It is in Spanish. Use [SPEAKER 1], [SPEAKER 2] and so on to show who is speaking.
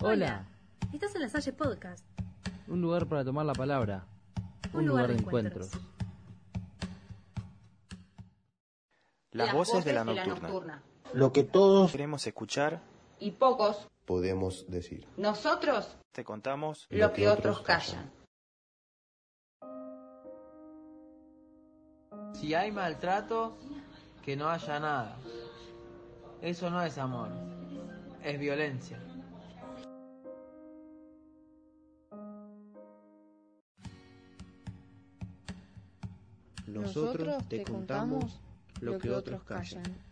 [SPEAKER 1] Hola.
[SPEAKER 2] Estás en la Salle Podcast,
[SPEAKER 1] Un lugar para tomar la palabra.
[SPEAKER 2] un, lugar, de encuentros.
[SPEAKER 3] Las, voces, de la nocturna.
[SPEAKER 4] Lo que todos
[SPEAKER 3] Queremos escuchar,
[SPEAKER 5] Y pocos,
[SPEAKER 6] podemos decir.
[SPEAKER 5] nosotros,
[SPEAKER 3] te contamos.
[SPEAKER 5] lo que otros callan.
[SPEAKER 7] Si hay maltrato, que no haya nada. Eso no es amor, es violencia.
[SPEAKER 6] Nosotros te contamos lo que otros callan.